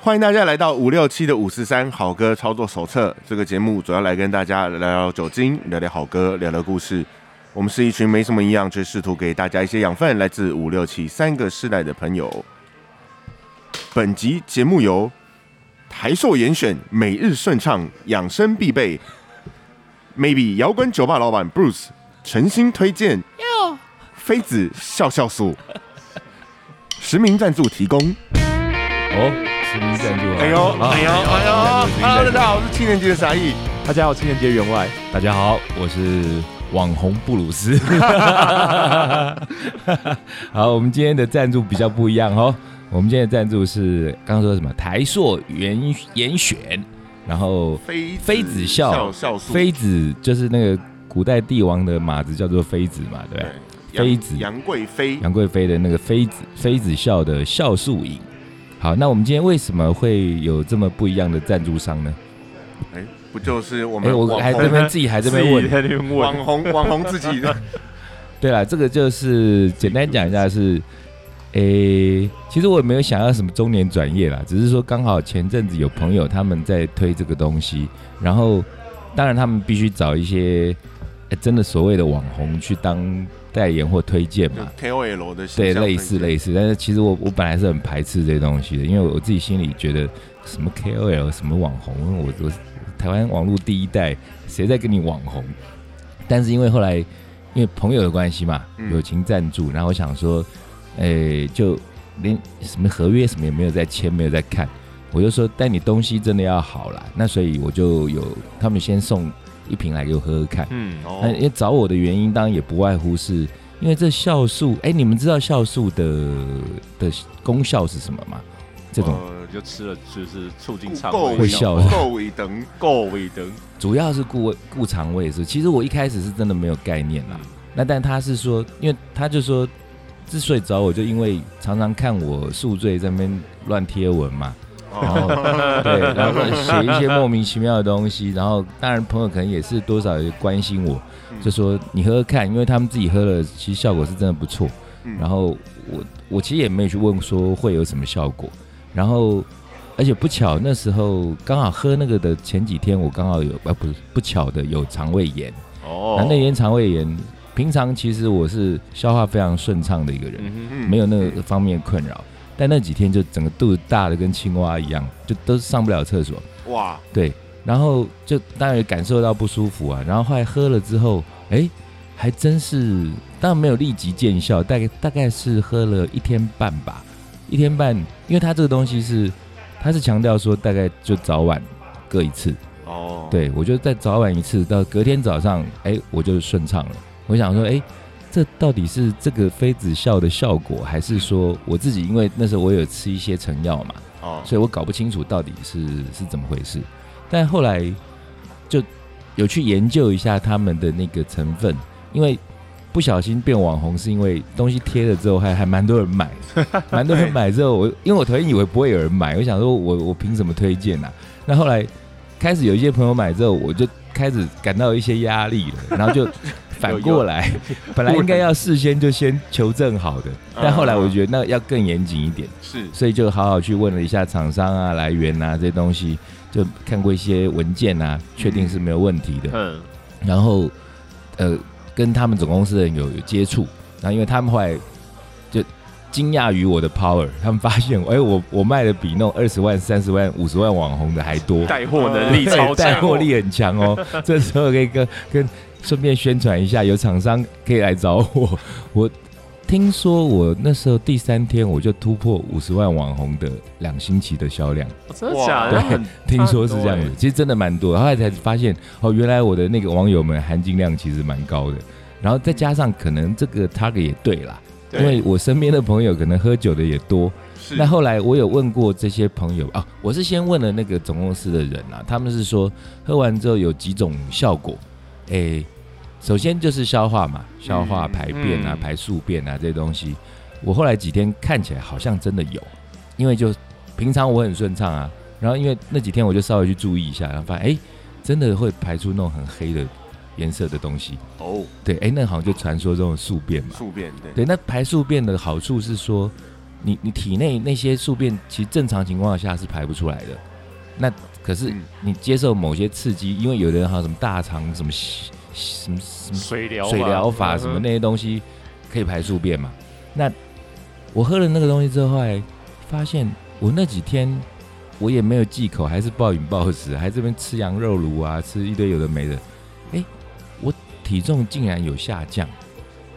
欢迎大家来到五六七的五四三好歌操作手册这个节目，主要来跟大家聊聊酒精，聊聊好歌，聊聊故事。我们是一群没什么营养，却试图给大家一些养分，来自五六七三个世代的朋友。本集节目由台硕严选，每日顺畅，养生必备。Maybe 摇滚酒吧老板 Bruce 诚心推荐，妃子笑笑素，实名赞助提供。哦，实名赞助啊。哎呦，啊哎呦，哎呦！Hello，大家好，我是七年级的傻义。大家好，青年节员外，大家好，我是网红布鲁 斯。好，我们今天的赞助比较不一样哦。我们今天的赞助是刚刚说什么台硕严严选，然后妃妃子笑笑素，妃子就是那个古代帝王的马子叫做妃子嘛，对不对？杨妃子杨贵妃，杨贵妃的那个妃子妃子笑的笑树影。好，那我们今天为什么会有这么不一样的赞助商呢？哎，不就是我哎、们我网还这红边自己还这自边己问，在那边问，网 红网红自己的？对啦，这个就是简单讲一下是，诶、其实我也没有想要什么中年转业啦，只是说刚好前阵子有朋友他们在推这个东西，然后当然他们必须找一些、诶真的所谓的网红去当代言或推荐就嘛。 KOL 的对，类似类似，似，但是其实我我本来是很排斥这些东西的，因为我自己心里觉得什么 KOL 什么网红，我我台湾网络第一代，谁在跟你网红？但是因为后来因为朋友的关系嘛，嗯友情赞助，然后我想说，诶、就连什么合约什么也没有在签，没有在看，我就说，但你东西真的要好啦，那所以我就有他们先送一瓶来给我喝喝看。嗯，哦哎那因为找我的原因，当然也不外乎是因为这酵素。哎、你们知道酵素的的功效是什么吗？这种呃就吃了就是促进肠够会胃笑够够一等，够味灯，主要是顾胃顾肠胃是。其实我一开始是真的没有概念啦。嗯那但他是说，因为他就说，之所以找我，就因为常常看我宿醉在那边乱贴 文嘛，哦 然后对，然后写一些莫名其妙的东西，然后当然朋友可能也是多少也关心我，嗯就说你喝喝看，因为他们自己喝了，其实效果是真的不错。嗯然后我我其实也没有去问说会有什么效果，然后而且不巧那时候刚好喝那个的前几天，我刚好有啊不是不巧的有肠胃炎，哦那内炎肠胃炎，平常其实我是消化非常顺畅的一个人，嗯嗯没有那个方面困扰，但那几天就整个肚子大的跟青蛙一样，就都上不了厕所，哇，对，然后就当然也感受到不舒服啊，然后后来喝了之后，哎，还真是，当然没有立即见效，大概大概是喝了一天半吧，一天半，因为它这个东西是，它是强调说大概就早晚各一次，哦，对我就再早晚一次，到隔天早上，哎，我就顺畅了。我想说，哎，这到底是这个妃子笑的效果，还是说我自己因为那时候我有吃一些成药嘛，哦，所以我搞不清楚到底是是怎么回事。但后来就有去研究一下他们的那个成分，因为不小心变网红是因为东西贴了之后还还蛮多人买，蛮多人买之后，我因为我头先以为不会有人买，我想说我我凭什么推荐啊？那后来开始有一些朋友买之后，我就开始感到一些压力了，然后就反过来，本来应该要事先就先求证好的，但后来我觉得那要更严谨一点。是所以就好好去问了一下厂商啊、来源啊这些东西，就看过一些文件啊，确定是没有问题的。嗯，然后，呃，跟他们总公司的人有有接触，然后因为他们后来就惊讶于我的 power，他们发现，哎，我我卖的比那种二十万、三十万、五十万网红的还多，带货能力超 对，带强，哦货力很强 哦。这时候可以跟跟顺便宣传一下，有厂商可以来找我。我听说我那时候第三天我就突破五十万网红的两星期的销量，哦真的假对的？那很听说是这样差子很多，欸其实真的蛮多的。后来才发现哦，原来我的那个网友们含金量其实蛮高的。然后再加上可能这个 target 也对啦，对因为我身边的朋友可能喝酒的也多，是，那后来我有问过这些朋友啊，我是先问了那个总公司的人啊，他们是说喝完之后有几种效果，诶，首先就是消化嘛，消化嗯排便啊、嗯排宿便啊这些东西，我后来几天看起来好像真的有，因为就平常我很顺畅啊，然后因为那几天我就稍微去注意一下，然后发现诶，真的会排出那种很黑的颜色的东西，哎哦，对，诶，那好像就传说中的宿便嘛，宿便对，对，那排宿便的好处是说，你你体内那些宿便其实正常情况下是排不出来的。那可是嗯你接受某些刺激，因为有的人还有什么大肠什么洗什么什么水疗水疗法嗯什么那些东西可以排宿便嘛。那我喝了那个东西之后，后来发现我那几天我也没有忌口，还是暴饮暴食，还这边吃羊肉炉啊，吃一堆有的没的。哎，我体重竟然有下降，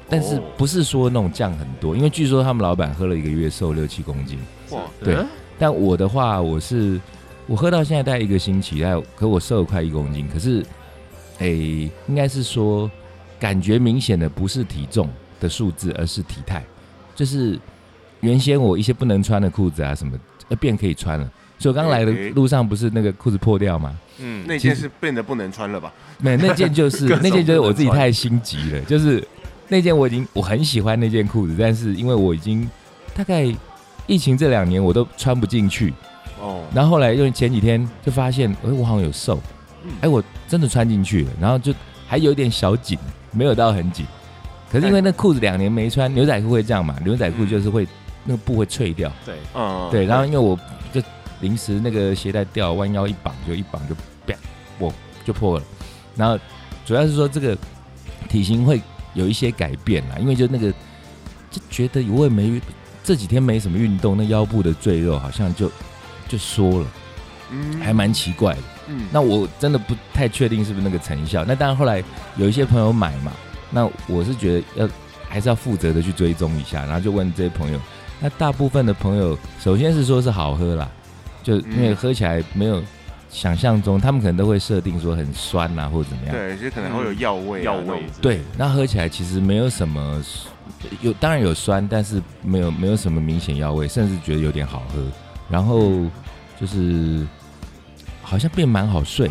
但是哦不是说那种降很多，因为据说他们老板喝了一个月瘦六七公斤，哇，对嗯但我的话，我是我喝到现在大概一个星期，哎，可我瘦了快一公斤。可是，诶、应该是说感觉明显的不是体重的数字，而是体态。就是原先我一些不能穿的裤子啊什么，呃，变可以穿了。所以我刚来的诶路上不是那个裤子破掉吗？嗯，那其件实是变得不能穿了吧？没，那件就是 各种那件就是我自己不能穿太心急了，就是那件我已经我很喜欢那件裤子，但是因为我已经大概疫情这两年我都穿不进去，哦，然后后来因为前几天就发现，哎、我好像有瘦，嗯哎、我真的穿进去了，然后就还有点小紧，没有到很紧。可是因为那裤子两年没穿，牛仔裤会这样嘛？牛仔裤就是会、那个布会脆掉，对，嗯，对。然后因为我就临时那个鞋带掉，弯腰一绑就一绑就啪，我就破了。然后主要是说这个体型会有一些改变啦，因为就那个就觉得我也没这几天没什么运动，那腰部的赘肉好像就就缩了。嗯还蛮奇怪的。嗯那我真的不太确定是不是那个成效。那当然后来有一些朋友买嘛，那我是觉得要还是要负责的去追踪一下，然后就问这些朋友。那大部分的朋友，首先是说是好喝啦，就因为嗯喝起来没有想象中，他们可能都会设定说很酸啊或者怎么样。对，就可能嗯会有药味啊，药那味种，对，那喝起来其实没有什么，有当然有酸，但是没有没有什么明显药味，甚至觉得有点好喝。然后嗯就是好像变蛮好睡，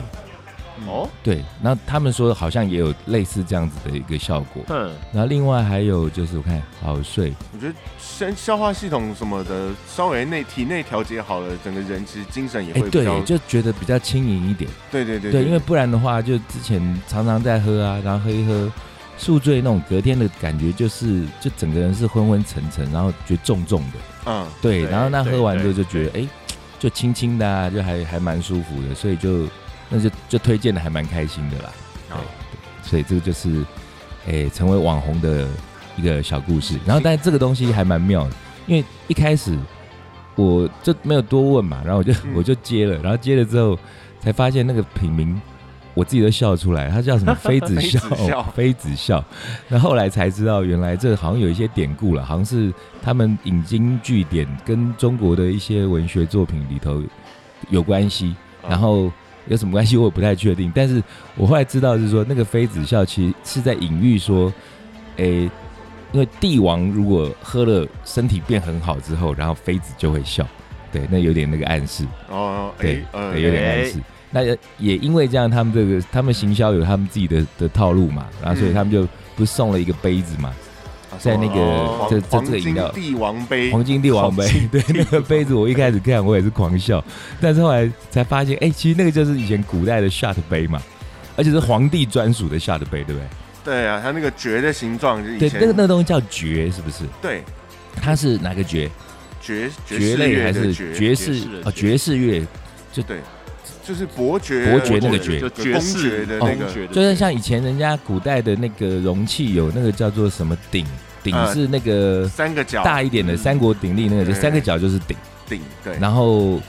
哦，对。那他们说好像也有类似这样子的一个效果。嗯，然后另外还有就是我看好睡，我觉得消消化系统什么的，稍微内体内调节好了，整个人其实精神也哎会比对较，，就觉得比较轻盈一点。对对对对，因为不然的话，就之前常常在喝啊，然后喝一喝，宿醉那种隔天的感觉就是，就整个人是昏昏沉沉，然后觉得重重的。嗯，对，对然后那对喝完之后对就觉得，哎、就轻轻的、啊，就还还蛮舒服的，所以就那就就推荐的还蛮开心的啦。对，好对所以这个就是，哎、成为网红的一个小故事。然后，但是这个东西还蛮妙的，因为一开始我就没有多问嘛，然后我就、 嗯我就接了，然后接了之后才发现那个品名。我自己都笑出来，它叫什 么？妃子笑妃子笑，妃子笑。那后来才知道，原来这好像有一些典故了，好像是他们引经据典跟中国的一些文学作品里头有关系，嗯然后有什么关系我也不太确定。但是我后来知道是说，那个妃子笑其实是在隐喻说，诶、因为帝王如果喝了身体变很好之后，然后妃子就会笑，对，那有点那个暗示，哦，哎对，呃对，有点暗示。那也因为这样，他们这个他们行销有他们自己的的套路嘛，然后所以嗯他们就不是送了一个杯子嘛，在那个哦这这黄这个饮料黄金帝王杯，黄金帝王杯， 对那个杯子，我一开始看我也是狂笑，但是后来才发现，哎、其实那个就是以前古代的 shot 杯嘛，而且是皇帝专属的 shot 杯，对不对？对啊，它那个爵的形状就是以对，那个前那个东西叫爵，是不是？对它是哪个爵？爵爵爵士类乐还的是爵，爵士爵士？的哦，爵士乐，就是伯爵伯爵那个爵爵就爵爵公爵士的那公个爵的哦就是像以前人家古代的那个容器有那个叫做什么鼎，鼎呃是那个三个角大一点的嗯三国鼎立那个，就对三个角就是鼎，顶，对，然后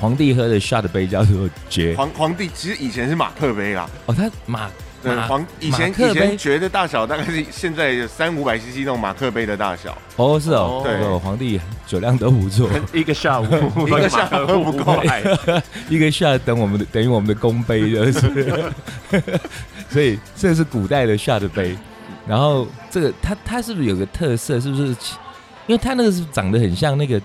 皇帝喝的 shot 杯叫做爵。皇皇帝其实以前是马克杯啦，哦，他马对，马皇以前马克以杯前爵的大小大概是现在有三五百 CC 那种马克杯的大小，哦是哦，哦对哦皇帝酒量都不错， 一个下午， 一个下午不不够够来，一个 shot 等我们的等于我们的公杯就是所以这是古代的 shot 杯。然后这个它它是不是有个特色？是不是？因为它那个是长得很像那个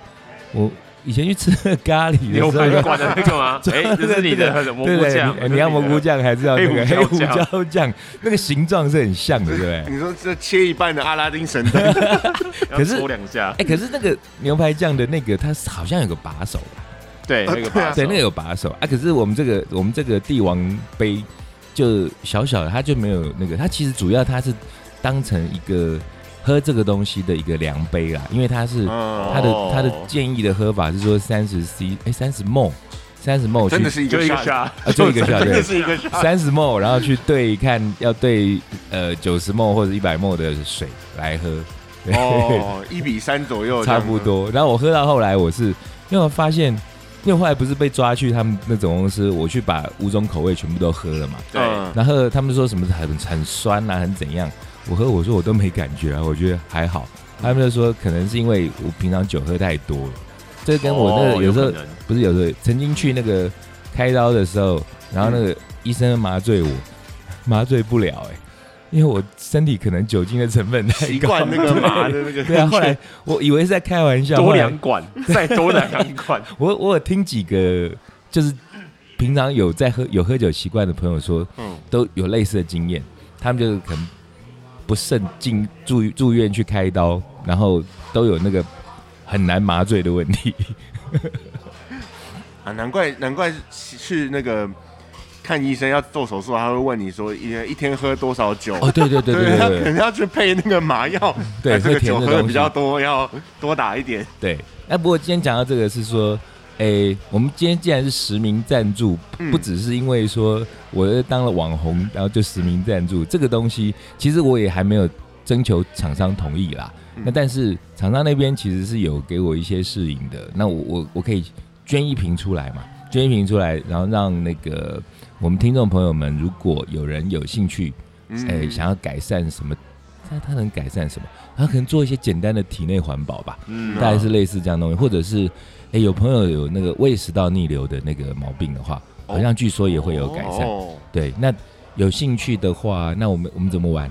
我以前去吃咖喱的时牛候，排馆的那个吗？ 哎，这是你的蘑对菇对酱对，，你你要蘑菇酱还是要那个 黑黑胡胡椒酱椒酱？那个形状是很像的，对不对？ 你说这切一半的阿拉丁神灯， 可是搓两下，哎、可是那个牛排酱的那个，它是好像有个把手吧？对那个 把对，那个有把手啊。可是我们这个我们这个帝王杯就小小的，它就没有那个，它其实主要它是当成一个喝这个东西的一个量杯啦，因为它是嗯，它的哦它的建议的喝法是说三十 c 哎三十 m 三十 m 真的去是一就个一个 shot， shot，啊就一个 shot， 真的对是一个 shot。三十 m 然后去对看要对呃九十 m 或者一百 m 的水来喝，对 哦，一比三左右，差不。多。然后我喝到后来，我是因为我发现，因为后来不是被抓去他们那总公司，我去把五种口味全部都喝了嘛。对嗯，然后他们说什么很很酸啊，很怎样？我喝我说我都没感觉啊，我觉得还好。他们就说可能是因为我平常酒喝太多了，这跟我那哦个有时候、可能不是有时候曾经去那个开刀的时候，然后那个医生麻醉我，麻醉不了哎、因为我身体可能酒精的成分太习高，惯那个麻的那个， 对啊，后来我以为是在开玩笑，多后来两管，再多 两管，我我有听几个就是平常有在喝有喝酒习惯的朋友说，嗯都有类似的经验，他们就是可能不慎进住住院去开刀，然后都有那个很难麻醉的问题。啊，难怪难怪去那个看医生要做手术，他会问你说一一天喝多少酒。哦，对对对对 他对可对能要去配那个麻药， 对哎这会个填酒这喝的东比西较多，要多打一点。对。那不过今天讲到这个是说，诶，我们今天既然是实名赞助，嗯不只是因为说我当了网红，然后就实名赞助这个东西，其实我也还没有征求厂商同意啦。嗯那但是厂商那边其实是有给我一些试饮的，那我我我可以捐一瓶出来嘛，捐一瓶出来，然后让那个我们听众朋友们，如果有人有兴趣，嗯哎、想要改善什么，他他能改善什么？他可能做一些简单的体内环保吧，嗯大概是类似这样的东西，或者是哎、有朋友有那个胃食道逆流的那个毛病的话，哦好像据说也会有改善。哦对，那有兴趣的话，那我们我们怎么玩？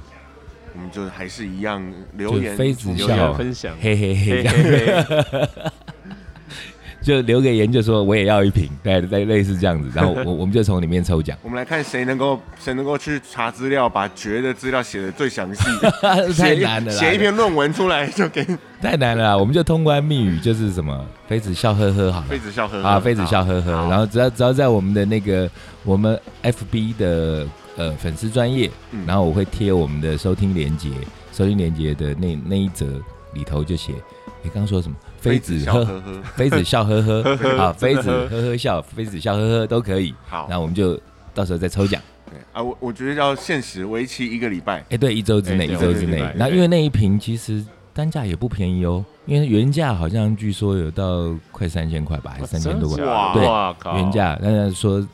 我们就还是一样留就言，非子留有言笑人分享。嘿嘿嘿，这 嘿样嘿嘿就留给研究说我也要一瓶，对，类类似这样子，然后我我们就从里面抽奖， 我们来看谁能够谁能够去查资料，把绝的资料写的最详 细，太难了啦，啊写一篇论文出来就给 太难了啦，我们就通关密语就是什么，妃子笑呵呵好了妃子笑呵呵啊，妃子笑呵呵，好然后只要只要在我们的那个我们 FB 的呃粉丝专业，嗯然后我会贴我们的收听连接，收听连接的那那一则里头就写，你刚刚说什么？妃子笑呵，呵呵， 妃子笑呵呵，好，妃子呵呵呵笑，妃子笑呵呵都可以，好那我们就到时候再抽奖。对啊，我我觉得要限时，为期一个礼拜。哎、对，一周之内，哎对一周之我内明白。然后因为那一瓶其实单价也不便宜哦，因为原价好像据说有到快三千块吧，还是三千多块真的哇对哇靠，原价。但是说，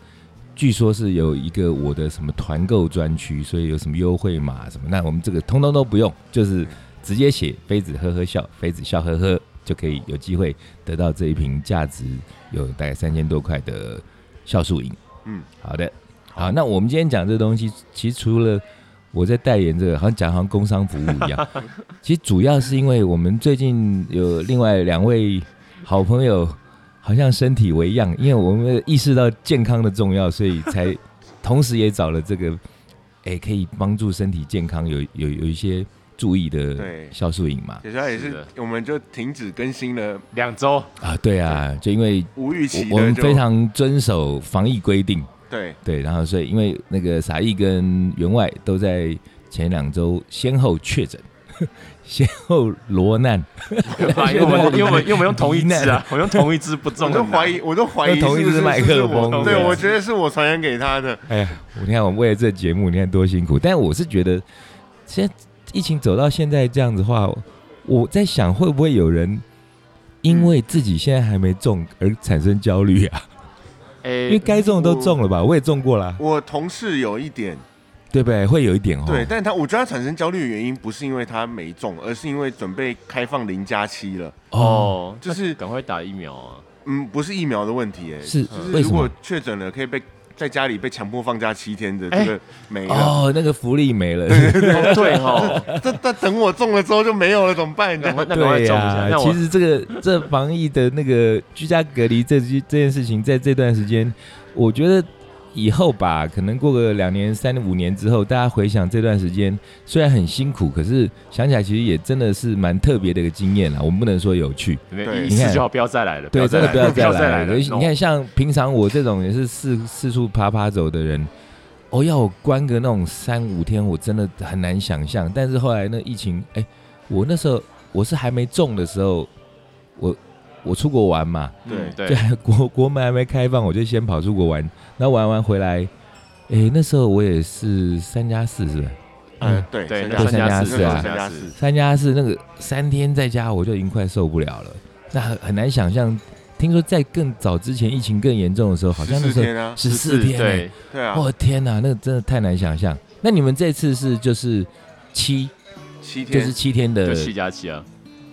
据说是有一个我的什么团购专区，所以有什么优惠码什么，那我们这个通通都不用，就是直接写妃子呵呵笑，妃子笑呵呵就可以有机会得到这一瓶价值有大概三千多块的酵素饮。嗯，好的。好，那我们今天讲这东西，其实除了我在代言这个，好像讲好像工商服务一 样。其实主要是因为我们最近有另外两位好朋友，好像身体为恙，因为我们意识到健康的重要，所以才同时也找了 这个，哎、可以帮助身体健康有有有一些注意对的酵素饮嘛。接下来也是是的，我们就停止更新了，两 周，啊，对啊，就因为无预期的我我们就非常遵守防疫规定。对，对，然后所以因为那个傻义跟员外都在前两周先后确诊， 先后罗难，因为我们因为我们因为我们用同一 支啊，我用同一支 不我中，都怀疑，我都怀疑那同一是不是只麦是不是克风我对，对我觉得是我传染给他的。哎呀，我你看我为了这节目，你看多辛苦。但我是觉得，现在疫情走到现在这样子的话，我在想会不会有人因为自己现在还没中而产生焦虑啊？因为哎，该中的都中了吧，我也中过啦，我同事有一点，对不对？会有一点哦。对，但他我觉得他产生焦虑的原因不是因为他没中，而是因为准备开放零加七了。哦，就是赶快打疫苗啊！嗯，不是疫苗的问题、哎，是就是为如什么果？确诊了，可以被在家里被强迫放假七天的这个没了。哎哦，那个福利没了。哦 对哈，这这等我中了之后就没有了，怎么办？赶快那赶快对中呀、一下。那其我实这 个这防疫的那个居家隔离这这件事情，在这段时间，我觉得以后吧，可能过个两年、三五年之后，大家回想这段时间，虽然很辛苦，可是想起来其实也真的是蛮特别的一个经验啦。我们不能说有趣，对一次就好，不要再来了。对，真的不要不再要来来了。了。哦尤其 no 你看，像平常我这种也是四四处爬爬走的人，哦，要我关个那种三五天，我真的很难想象。但是后来那疫情，哎、我那时候我是还没中的时候，我我出国玩嘛，对嗯对就，还国国门还没开放，我就先跑出国玩，然后玩完回来，哎、那时候我也是三加四是吧？嗯，对对三三加加四啊三加四，三加四那个三天在家我就已经快受不了了，那很很难想象。听说在更早之前疫情更严重的时候，好像那四时候天啊，十四天、欸，对，对啊，我、天哪，那个真的太难想象。那你们这次是就是七，七天就是七天就的七加七啊，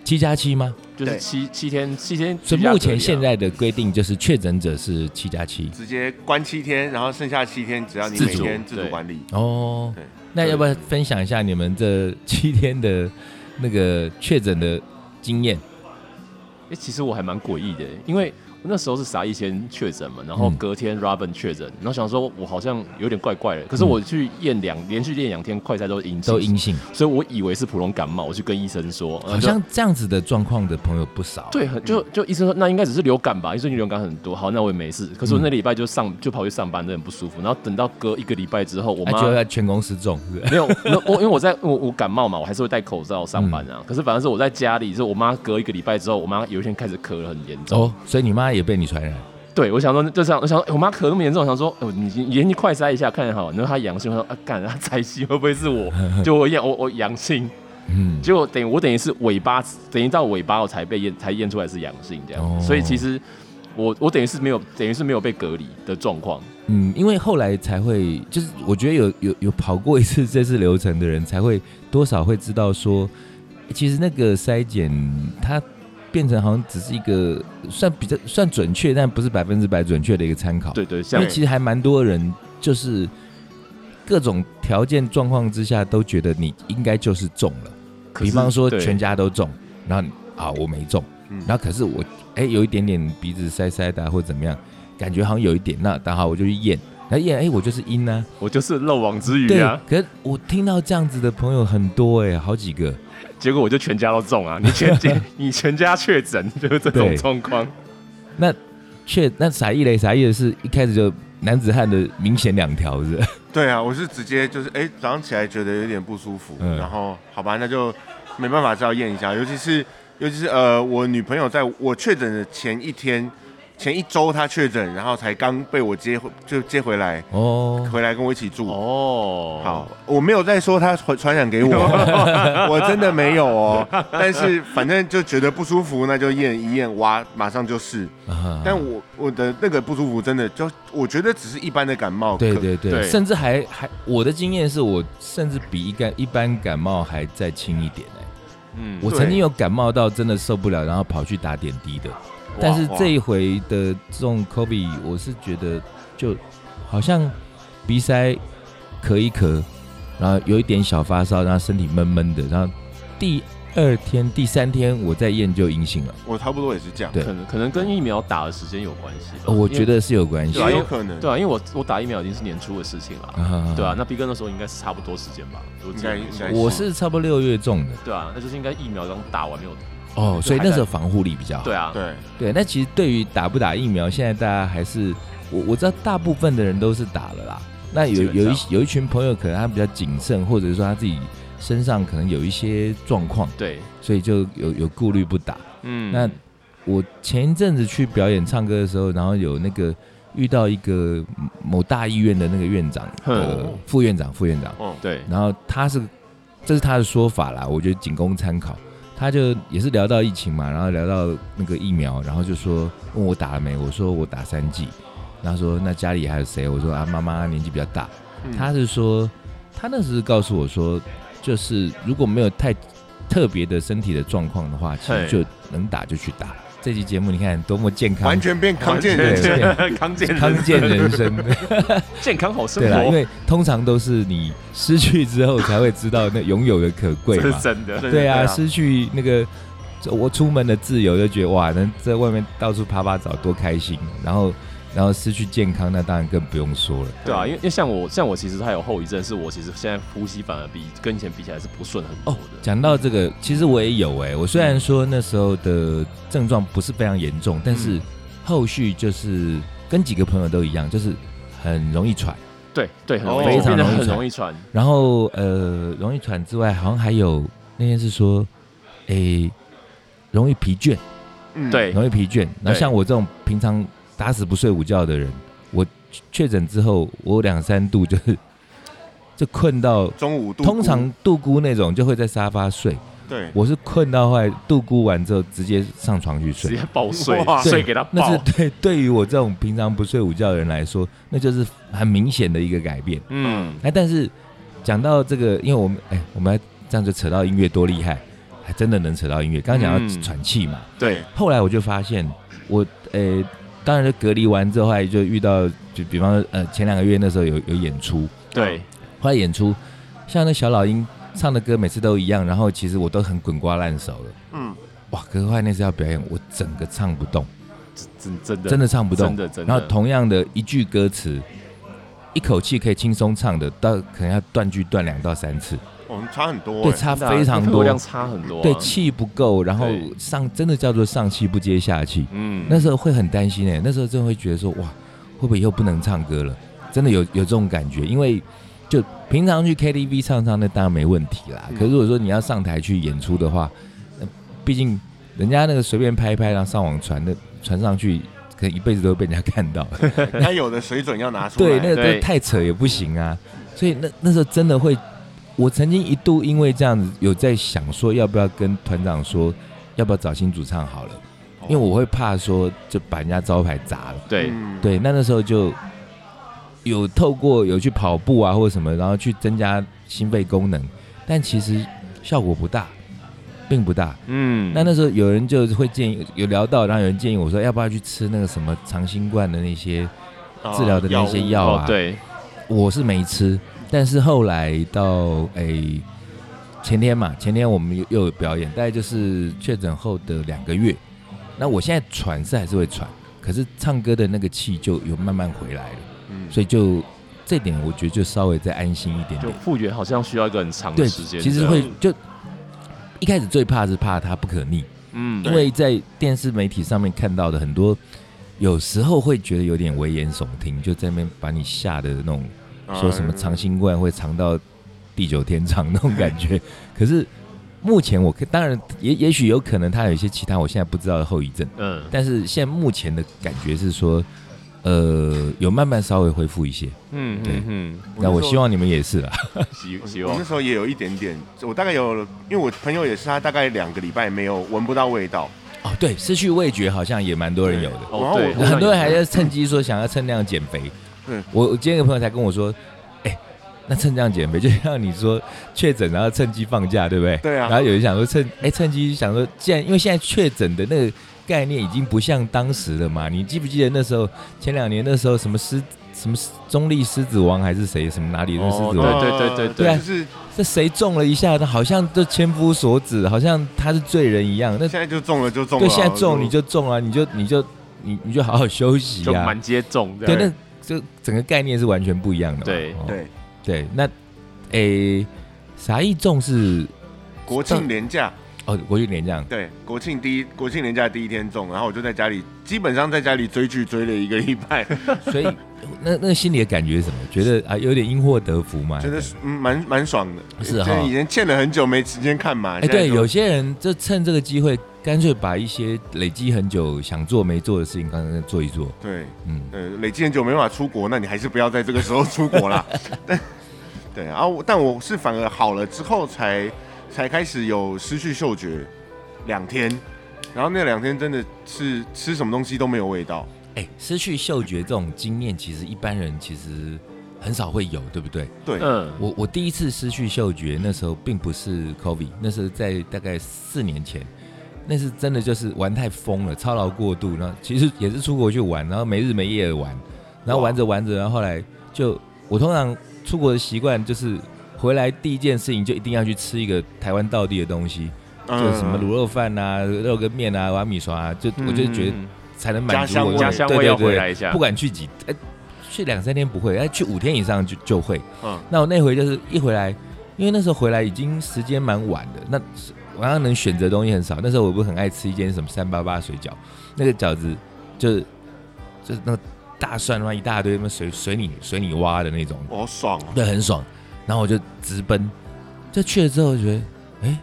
七加七吗？就对是七七天七天居所以家隔离啊。目前现在的规定就是确诊者是七加七直接关七天，然后剩下七天只要你自每主天自主对管理。哦对。那要不要分享一下你们这七天的那个确诊的经验？哎、其实我还蛮诡异的，因为我那时候是傻一先确诊嘛，然后嗯隔天 Robin 确诊，然后想说我好像有点怪怪的，可是我去验两、连续验两天快筛都阴性，嗯都阴性，所以我以为是普通感冒，我去跟医生说，然后好就像这样子的状况的朋友不少。对，很就就医生说那应该只是流感吧，因为最近流感很多，好，那我也没事。可是我那礼拜就上就跑去上班，真的很不舒服。然后等到隔一个礼拜之后，我那妈啊就要全公司中，是不是没有， 那我因为我在我我感冒嘛，我还是会戴口罩上班嗯啊。可是反正是我在家里，是我妈隔一个礼拜之后，我妈有一天开始咳得很严重。哦，所以你妈也被你传染。对，我想说，就想我想说，欸我妈咳那么严重，我想说，哦，你你你快筛一下看好，然后她阳性，我说啊，干，她才息会不会是我？ 就我阳我我阳性，嗯，结果等于我等于是尾巴，等于到尾巴我才被验才验出来是阳性这样，哦所以其实我我等于是没有等于是没有被隔离的状况，嗯，因为后来才会，就是我觉得有有有跑过一次这次流程的人，才会多少会知道说，欸其实那个筛检它变成好像只是一个算比较算准确，但不是百分之百准确的一个参考。，对对，因像为其实还蛮多人就是各种条件状况之下都觉得你应该就是中了，可比是方说对全家都中，然后你啊我没中。嗯，然后可是我哎、有一点点鼻子塞塞的、啊、或者怎么样，感觉好像有一点，那刚好我就去验，然后验哎、我就是阴啊，我就是漏网之鱼对嗯啊，，可是我听到这样子的朋友很多哎、好几个，结果我就全家都中啊，你全 家你全家确诊就是这种对状况，确那傻一嘞傻一的是一开始就男子汉的明显两条是吧，对啊，我是直接就是哎、早上起来觉得有点不舒服，嗯然后好吧，那就没办法，只好验一下。尤其是尤其是呃，我女朋友在我确诊的前一天、前一周她确诊，然后才刚被我接回就接回来，哦，回来跟我一起住。哦，好，，我没有在说她传传染给我， 我真的没有哦。但是反正就觉得不舒服，那就验一验，哇，马上就是。 啊但我我的那个不舒服真的就，我觉得只是一般的感冒。对可对对，对甚至还还我的经验是我甚至比一感一般感冒还再轻一点哎、嗯我对曾经有感冒到真的受不了，然后跑去打点滴的。但是哇这一回的这种 Kobe，我是觉得就好像鼻塞咳一咳，然后有一点小发烧，然后身体闷闷的，然后第二天、第三天我再验就阴性了。我差不多也是这样。对可能可能跟疫苗打的时间有关系吧，呃我觉因为得是有关系对啊也因有为可能。对啊，因为我我打疫苗已经是年初的事情了。啊对啊，，那 B 哥那时候应该是差不多时间吧？我记得应该应该我是差不多六月中的对啊，那就是应该疫苗刚打完没有？哦，所以还在那时候防护力比较好。对啊，对，对，那其实对于打不打疫苗，现在大家还是我我知道大部分的人都是打了啦。那有基本上有一有一群朋友可能他比较谨慎，或者是说他自己身上可能有一些状况，对，所以就有有顾虑不打。嗯那我前一阵子去表演唱歌的时候，然后有那个遇到一个嗯某大医院的那个院长，哼呃，副院长，副院长，哦，对，然后他是，这是他的说法啦，我觉得仅供参考。他就也是聊到疫情嘛，然后聊到那个疫苗，然后就说问我打了没，我说我打三剂，然后说那家里还有谁？我说啊妈妈年纪比较大，嗯他是说他那时候告诉我说，就是如果没有太特别的身体的状况的话，其实嘿就能打就去打。这期节目你看多么健康，完全变康健人对士。 健康健康健人生。 健康好生对啦，因活，为通常都是你失去之后才会知道那拥有的可贵这嘛 是。真的。对啊，失去那个这我出门的自由，就觉得哇，能在外面到处爬爬找多开心。然后，然后失去健康，那当然更不用说了。对啊，因为因为像我像我其实还有后遗症，是我其实现在呼吸反而比跟以前比起来是不顺很多哦的。，讲到这个，其实我也有哎、我虽然说那时候的症状不是非常严重，但是后续就是跟几个朋友都一样，就是很容易喘，对对，很哦容易非变常得容易很传容易传。然后呃，容易喘之外，好像还有那天是说诶、容易疲倦，嗯，对容易疲倦。然后像我这种平常打死不睡午觉的人，我确诊之后，我有两三度就是就困到，中午度通常度孤那种就会在沙发睡，对，我是困到后来度孤完之后直接上床去直睡接。爆睡哇，睡给他那爆是。对对于我这种平常不睡午觉的人来说，那就是很明显的一个改变。嗯，哎，但是讲到这个，因为我们哎，我们这样就扯到音乐多厉害，还真的能扯到音乐。刚刚讲嗯到喘气嘛，对，后来我就发现，我呃，当然就隔离完之后，后来就遇到，就比方说呃，前两个月那时候有有演出，对，嗯后来演出像那小老鹰唱的歌每次都一样，然后其实我都很滚瓜烂熟了。嗯，哇！可是后来那次要表演，我整个唱不动，真真的真的唱不动真。的真的。然后同样的一句歌词，一口气可以轻松唱的，到可能要断句断两到三次，我们差很多对，欸，差真的啊非常肺活多，量差很多啊。对，气不够，然后对上真的叫做上气不接下气。嗯，那时候会很担心哎、那时候真的会觉得说，哇，会不会以后不能唱歌了？真的有有这种感觉，因为就平常去 KTV 唱唱，那当然没问题啦。嗯可是如果说你要上台去演出的话，呃毕竟人家那个随便拍一拍，然后上网传的传上去，可能一辈子都会被人家看到。该有的水准要拿出对，来，那个对都太扯也不行啊。所以那那时候真的会，我曾经一度因为这样子有在想说，要不要跟团长说，要不要找新主唱好了，因为我会怕说就把人家招牌砸了。对，嗯对，那那时候就有透过有去跑步啊或者什么，然后去增加心肺功能，但其实效果不大，并不大。嗯，那那时候有人就会建议，有聊到，然后有人建议我说，要不要去吃那个什么长新冠的那些啊治疗的那些物药哦啊？对，我是没吃，但是后来到诶、前天嘛，前天我们又又有表演，大概就是确诊后的两个月。那我现在喘是还是会喘，可是唱歌的那个气就有慢慢回来了，嗯所以就这点我觉得就稍微再安心一点就点。复原好像需要一个很长的对，时间。其实这样会，就一开始最怕是怕它不可逆，嗯，因为在电视媒体上面看到的很多，有时候会觉得有点危言耸听，就在那边把你吓的那种说什么哎长新冠会长到地久天长那种感 觉。可是目前我可当然也也许有可能它有一些其他我现在不知道的后遗症，嗯，但是现在目前的感觉是说，呃，有慢慢稍微恢复一些。嗯对嗯嗯，那我希望你们也是啦。希希我那望，时候也有一点点，我大概有，因为我朋友也是，他大概两个礼拜没有闻不到味道，哦，对，失去味觉好像也蛮多人有的，然后哦对，我好像很多人还也在趁机说想要趁量减肥。嗯我我今天有个朋友才跟我说，哎、那趁量减肥，就像你说确诊，然后趁机放假，对不对？对啊然后有人想说趁哎、趁机想说，既然因为现在确诊的那个概念已经不像当时了嘛，你记不记得那时候前两年那时候什么狮什么狮中立狮子王还是谁什么哪里的狮子王？对对对对呃对啊就是这谁中了一下，好像都千夫所指，好像他是罪人一样。那现在就中了就中了，对，现在中你就中啊，你就你就你你就好好休息就啊。蛮接种的。对，那这整个概念是完全不一样的嘛。对哦对对，那诶，啥义重是国庆连假，哦，国际连这样，对国庆第一国庆连假第一天中，然后我就在家里，基本上在家里追剧追了一个礼拜，所以那那心里的感觉是什么？觉得啊，有点因祸得福嘛。觉得是嗯蛮蛮爽的，是哈就是以前欠了很久没时间看嘛，哎，现在对，就有些人就趁这个机会，干脆把一些累积很久想做没做的事情，刚刚做一做。对嗯，呃，累积很久没办法出国，那你还是不要在这个时候出国 啦。但对啊，我但我是反而好了之后才才开始有失去嗅觉两天，然后那两天真的是吃什么东西都没有味道。哎，失去嗅觉这种经验，其实一般人其实很少会有，对不对？对，嗯，我我第一次失去嗅觉，那时候并不是 COVID，那时候在大概四年前，那是真的就是玩太疯了，操劳过度，然后其实也是出国去玩，然后没日没夜的玩，然后玩着玩着，然后后来就我通常出国的习惯就是回来第一件事情就一定要去吃一个台湾道地的东西，就是什么嗯嗯卤肉饭啊、肉羹面啊、瓦米刷啊，就我就觉得嗯才能家满足乡我味的家乡对味对要对回来一下不。管去几，哎、去两三天不会，哎、去五天以上就就会。嗯那我那回就是一回来，因为那时候回来已经时间蛮晚的，那晚上能选择的东西很少。那时候我不是很爱吃一间什么三八八水饺，那个饺子就是就是那个大蒜嘛一大堆，什么水水你水你挖的那种，我好爽哦、对，很爽。然后我就直奔，就去了之后觉得，哎、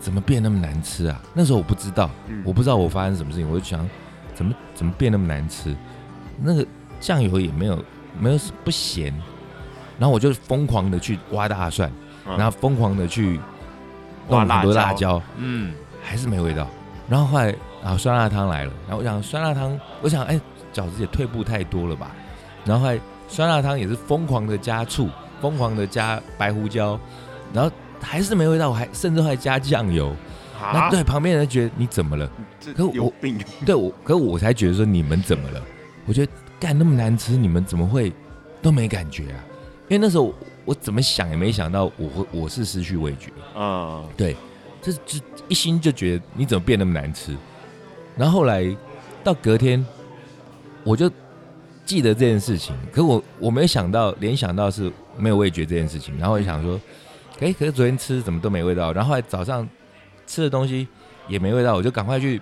怎么变那么难吃啊？那时候我不知道，嗯我不知道我发生什么事情，我就想怎么怎么变那么难吃？那个酱油也没有没有不咸，然后我就疯狂的去挖大蒜，嗯然后疯狂的去挖弄很多辣辣椒，嗯，还是没味道。然后后来啊，酸辣汤来了，然后我想哎酸辣汤，我想哎，饺子也退步太多了吧。然后后来酸辣汤也是疯狂的加醋，疯狂的加白胡椒，然后还是没味道，我还甚至还加酱油。那啊，对旁边人觉得你怎么了？这可我有病， 对我，可我才觉得说你们怎么了？我觉得干那么难吃，你们怎么会都没感觉啊？因为那时候我我怎么想也没想到我会我是失去味觉。嗯，这这一心就觉得你怎么变那么难吃？然后后来到隔天，我就记得这件事情，可我我没有想到联想到是没有味觉这件事情，然后我就想说，哎、可是昨天吃怎么都没味道，然后后来早上吃的东西也没味道，我就赶快去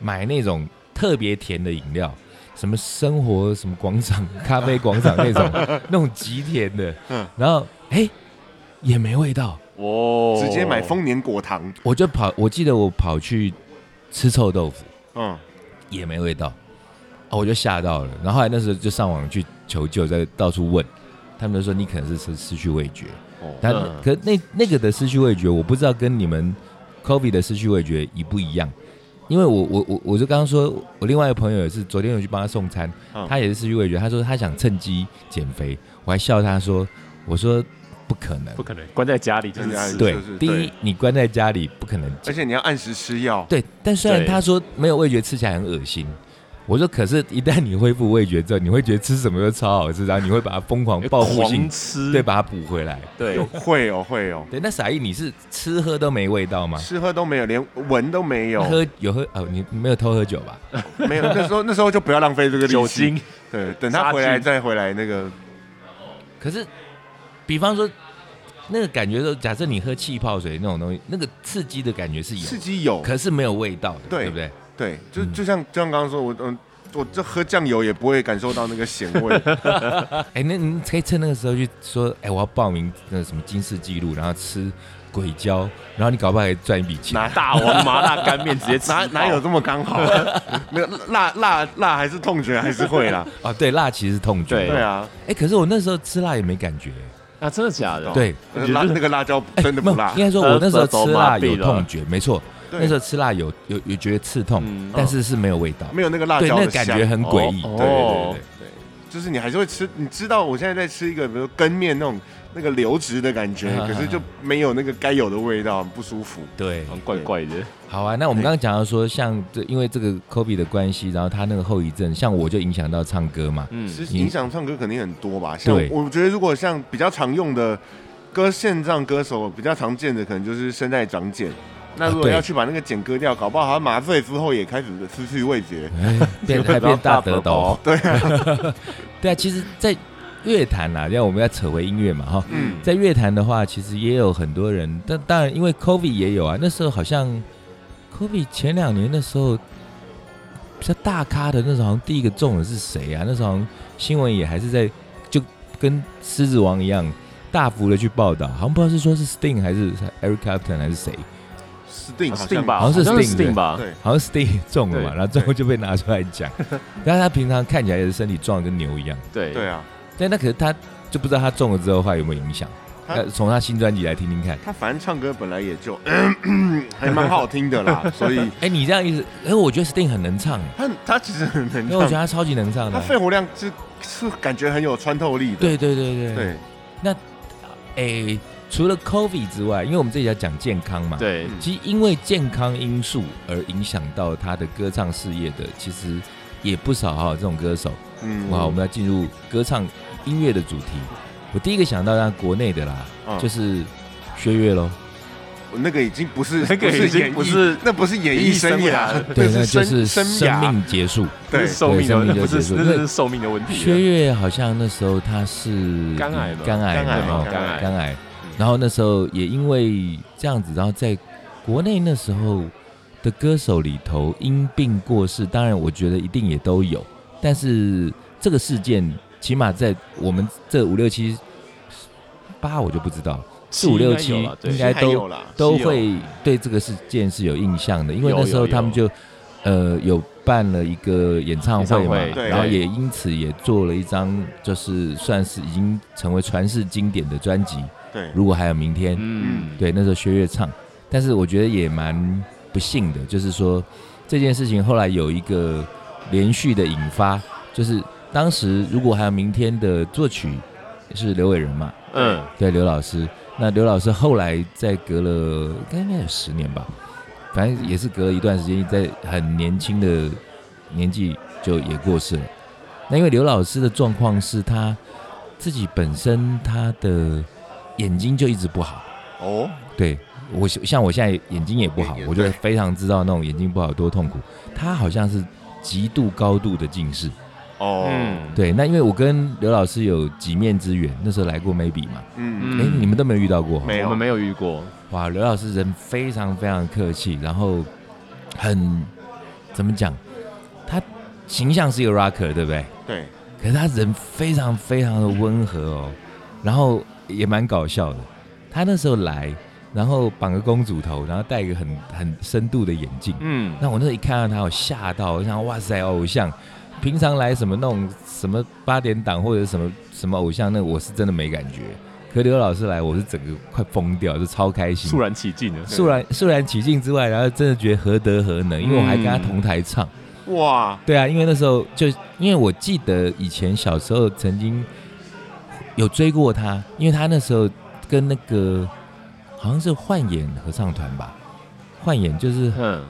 买那种特别甜的饮料。什么生活什么广场咖啡广场那种那种极甜的嗯，然后哎、也没味道，哦，嗯直接买丰年果糖，我就跑，我记得我跑去吃臭豆腐嗯，也没味道，哦，我就吓到了。然后后来那时候就上网去求救，在到处问，他们就说你可能是失失去味觉。哦但、嗯可那那个的失去味觉，我不知道跟你们 COVID 的失去味觉一不一样。因为我我我我就刚刚说，我另外一个朋友也是，昨天我去帮他送餐，嗯他也是失去味觉，他说他想趁机减肥，我还笑他说，我说不可能不，可能关在家里就是真的啊吃对，就是第对一你关在家里不可能而且你要按时吃药，对，但虽然对他说没有味觉吃起来很恶心，我说可是，一旦你恢复味觉之后，你会觉得吃什么都超好吃，然后你会把它疯狂报复性哎狂，吃，对，？把它补回来。对，会哦会哦，对，那傻义你是吃喝都没味道吗？吃喝都没有，连闻都没有那，喝有喝哦，你你没有偷喝酒吧？没有。那时候那时候就不要浪费这个力气酒精，对，等他回杀来菌再回来那个，可是，比方说那个感觉说，假设你喝气泡水那种东西，那个刺激的感觉是刺有，激有，可是没有味道的，对对不对？对，就嗯就像就像刚刚说，我嗯，我这喝酱油也不会感受到那个咸 味，哎、那你可以趁那个时候去说，哎、我要报名那个什么金氏纪录，然后吃鬼椒，然后你搞不好还赚一笔钱。哪大王麻辣干面直接吃 哪爆，哪有这么刚好？啊 没有辣辣辣还是痛觉还是会啦，啊，对，辣其实是痛觉。对对啊，哎、可是我那时候吃辣也没感觉。啊？真的假的？对，呃辣那个辣椒哎真的不辣没有应，该说我那时候吃辣有痛觉，没错，对哦那时候吃辣有有有觉得刺痛，嗯但是是没有味道，没有那个辣对，椒那的感香觉。很诡异。哦对对对对，就是你还是会吃，你知道我现在在吃一个，比如说羹面那种那个流质的感觉，啊可是就没有那个该有的味道，很不舒服。对，哦好像嗯怪怪的，好啊。那我们刚刚讲到说，像这因为这个 COVID 的关系，然后他那个后遗症，像我就影响到唱歌嘛。嗯，其实你影响唱歌肯定很多吧，像对我觉得如果像比较常用的歌线上歌手比较常见的，可能就是声带长茧。那如啊果对要去把那个茧割掉，搞不好他麻醉之后也开始失去味觉。哎，变还变大得斗， 对啊，对啊，其实，在乐坛啊，因为我们要扯回音乐嘛，哈，嗯，在乐坛的话，其实也有很多人，但当然因为 COVID 也有啊。那时候好像 COVID 前两年的时候，比较大咖的那时候，好像第一个中的是谁啊？那时候好像新闻也还是在就跟狮子王一样大幅的去报道，好像不知道是说是 Sting 还是 Eric Clapton 还是谁，死定好是像定吧？好像是是 Sting，对 Sting 吧？对，好像 Sting 中了嘛，对然后最后就被拿出来讲。但是他平常看起来也是身体壮得跟牛一样，对对啊，但那可是他就不知道他中了之后的话有没有影响。他那从他新专辑来听听看。他反正唱歌本来也就 还蛮好听的啦，所以哎、你这样意思？哎、我觉得 Sting 很能唱，他他其实很因为我能觉唱，得他超级能唱的他。肺活量是是感觉很有穿透力的。对对对对。对，哎、除了 COVID 之外，因为我们这里要讲健康嘛，，对嗯其实因为健康因素而影响到他的歌唱事业的，其实也不少哈、这种歌手。嗯哇，我们要进入歌唱音乐的主题。我第一个想到当然国内的啦，嗯就是薛岳喽。那个已经不是，那个已经不不是演是艺，那不是演艺生涯了，对，那那就是是生生涯，命结束。不对是，寿命对生命的，就不是结束那那是寿命的问薛题。岳好像那时候他是肝癌吧肝癌肝癌嘛嘛哦肝哎癌肝癌嗯。然后那时候也因为这样子，然后在国内那时候的歌手里头因病过世，当然我觉得一定也都有，但是这个事件起码在我们这五六七八我就不知道，四五六应该有七啦对应该还有都啦，都是有会对这个事件是有印象的，因为有那时有候他们有就呃有办了一个演唱会嘛演唱会，对然后也因此也做了一张就是算是已经成为传世经典的专辑。对，如果还有明天，嗯，对，那时候薛岳唱，但是我觉得也蛮不幸的，就是说这件事情后来有一个连续的引发，就是当时如果还有明天的作曲是刘伟仁嘛，嗯，对，刘老师。那刘老师后来在隔了，应该应该有十年吧，反正也是隔了一段时间，在很年轻的年纪就也过世了。那因为刘老师的状况是他自己本身他的眼睛就一直不好，哦，对我像我现在眼睛也不好也，也我就对非常知道那种眼睛不好有多痛苦。他好像是极度高度的近视，哦，嗯，对。那因为我跟刘老师有几面之缘，那时候来过 maybe 嘛，嗯，哎、你们都没有遇到过哦，没我有们，没有遇过，哇，刘老师人非常非常客气，然后很怎么讲，他形象是一个 rocker，对不对？对，可是他人非常非常的温和哦，然后也蛮搞笑的。他那时候来，然后绑个公主头，然后戴一个很很深度的眼镜。嗯，那我那时候一看到他，我吓到，我想哇塞，偶像。平常来什么那种什么八点档或者什么什么偶像，那我是真的没感觉。可刘老师来，我是整个快疯掉，就超开心肃。然起敬了，肃然肃然起敬之外，然后真的觉得何德何能，因为我还跟他同台唱。哇，对啊，因为那时候就因为我记得以前小时候曾经有追过他，因为他那时候跟那个好像是幻演合唱团吧，幻演就是嗯，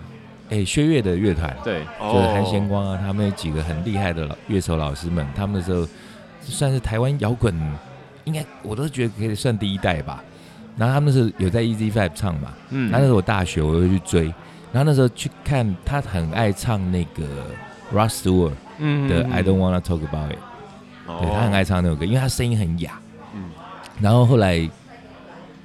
哎、薛岳的乐团，对，就是哦，韩贤光啊，他们有几个很厉害的老乐手老师们，他们那时候算是台湾摇滚，应该我都觉得可以算第一代吧。然后他们是有在 Easy Five 唱嘛，嗯，那那时候我大学，我就去追，然后那时候去看他很爱唱那个 Rod Stewart 嗯哦的 I Don't Wanna Talk About It，、对他很哦爱唱那首歌，因为他声音很哑。嗯然后后来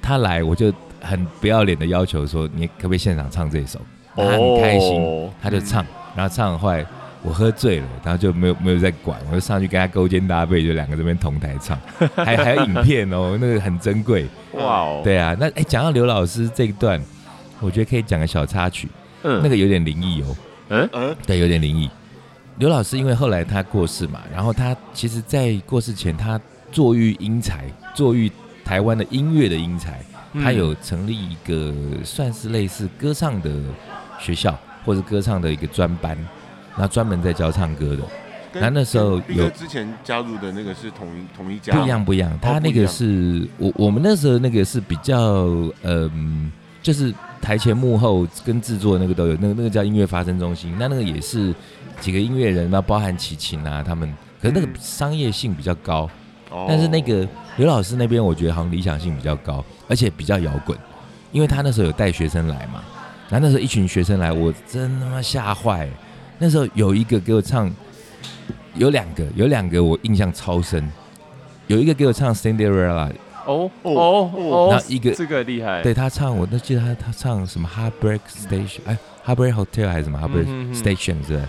他来，我就很不要脸的要求说，你可不可以现场唱这首？他很开心，哦他就唱，然后唱坏我喝醉了，然后就没有没有再管，我就上去跟他勾肩搭背，就两个这边同台唱，还还有影片哦， 那个很珍贵。哇哦，，对啊，那哎，讲到刘老师这一段，我觉得可以讲个小插曲。嗯，那个有点灵异哦，嗯，对，有点灵异。刘老师因为后来他过世嘛，然后他其实，在过世前，他坐育英才，坐育台湾的音乐的英才，嗯他有成立一个算是类似歌唱的学校，或者歌唱的一个专班，然后专门在教唱歌的，跟那那时候跟斌哥有之前加入的那个是同一同一家，哦不一，样不一样。他那不一个样是我我们那时候那个是比较嗯、就是台前幕后跟制作那个都有，那个那个叫音乐发声中心，那那个也是几个音乐人，那包含齐秦啊他们，可是那个嗯商业性比较高，哦但是那个刘老师那边我觉得好像理想性比较高，而且比较摇滚，因为他那时候有带学生来嘛，然后那时候一群学生来，我真他妈吓坏了，那时候有一个给我唱，有两个有两个我印象超深。有一个给我唱《Cinderella》，哦哦哦哦哦，然后一个这个厉害，对他唱，我都记得他他唱什么《Heartbreak Station》哎，《Heartbreak Hotel》还是什么《Heartbreak 嗯嗯嗯 Station》是吧？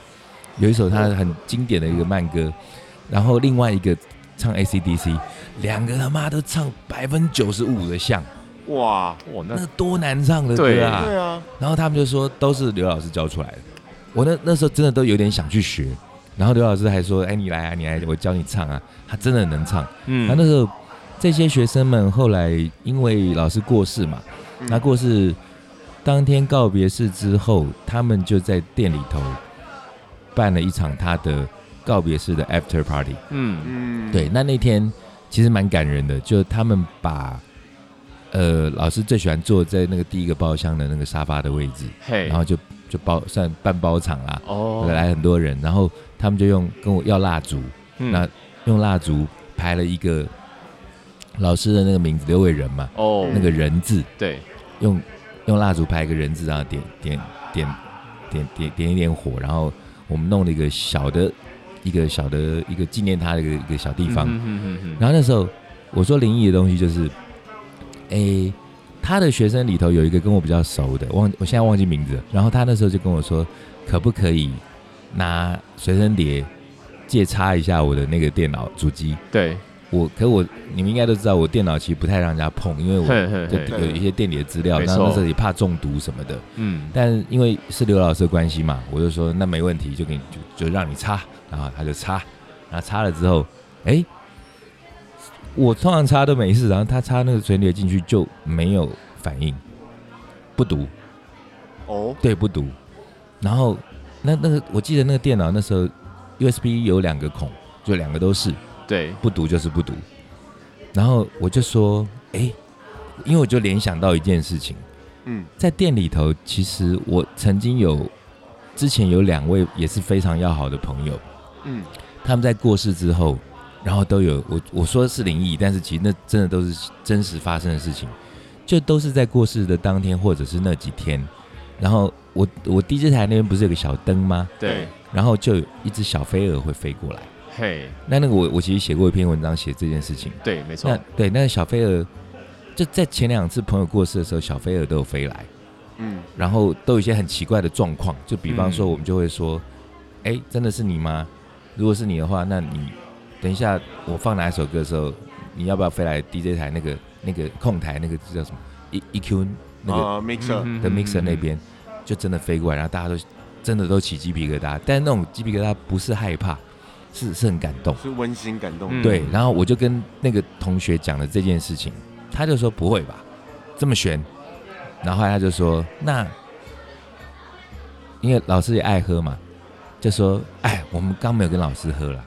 有一首他很经典的一个慢歌，然后另外一个唱 AC/DC，两个他妈都唱百分之九十五的像，哇，哇，那那多难唱的歌啊！对啊，然后他们就说都是刘老师教出来的。我那那时候真的都有点想去学，然后刘老师还说：“哎，你来啊，你来，我教你唱啊。”他真的能唱。嗯那那时候这些学生们后来因为老师过世嘛，嗯那过世当天告别式之后，他们就在店里头办了一场他的告别式的 after party。嗯嗯，对，那那天其实蛮感人的，就他们把呃老师最喜欢坐在那个第一个包厢的那个沙发的位置，嘿，然后就就包算半包场啦，哦，来很多人，然后他们就用跟我要蜡烛，嗯那用蜡烛排了一个老师的那个名字刘伟仁嘛，哦那个人字，对，用用蜡烛排一个人字，然后点点点点点点一点火，然后我们弄了一个小的一个小的一个纪念他的一个一个小地方。嗯然后那时候我说灵异的东西就是，诶、他的学生里头有一个跟我比较熟的，忘我现在忘记名字了。然后他那时候就跟我说，可不可以拿随身碟借插一下我的那个电脑主机？对，我可我你们应该都知道，我电脑其实不太让人家碰，因为我嘿嘿就嘿，对有一些店里的资料，没那错那这里怕中毒什么的。嗯，但因为是刘老师的关系嘛，我就说那没问题，就给你就就让你擦，然后他就擦，然后擦了之后，哎、我通常擦都没事，然后他擦那个水流进去就没有反应，不读，哦，对，不读。然后那那个我记得那个电脑那时候 USB 有两个孔，就两个都是，对，不读就是不读。然后我就说，哎、因为我就联想到一件事情，嗯，在店里头，其实我曾经有之前有两位也是非常要好的朋友，嗯，他们在过世之后，然后都有我我说是灵异，但是其实那真的都是真实发生的事情，就都是在过世的当天或者是那几天，然后我我 DJ 台那边不是有个小灯吗？对，然后就有一只小飞蛾会飞过来。嘿，那那个我我其实写过一篇文章写这件事情，对，没错那，对那个小飞蛾，就在前两次朋友过世的时候，小飞蛾都有飞来。嗯，然后都有一些很奇怪的状况，就比方说嗯我们就会说，哎、真的是你吗？如果是你的话，那你等一下我放哪一首歌的时候，你要不要飞来 DJ 台那个那个控台那个叫什么 E EQ 那个啊，mixer，的 mixer 那边哦嗯，就真的飞过来，然后大家都真的都起鸡皮疙瘩，但是那种鸡皮疙瘩不是害怕，是是很感动。是温馨感动嗯的，对，然后我就跟那个同学讲了这件事情，他就说不会吧，这么悬。然后后来他就说，那因为老师也爱喝嘛，就说，哎，我们刚没有跟老师喝了，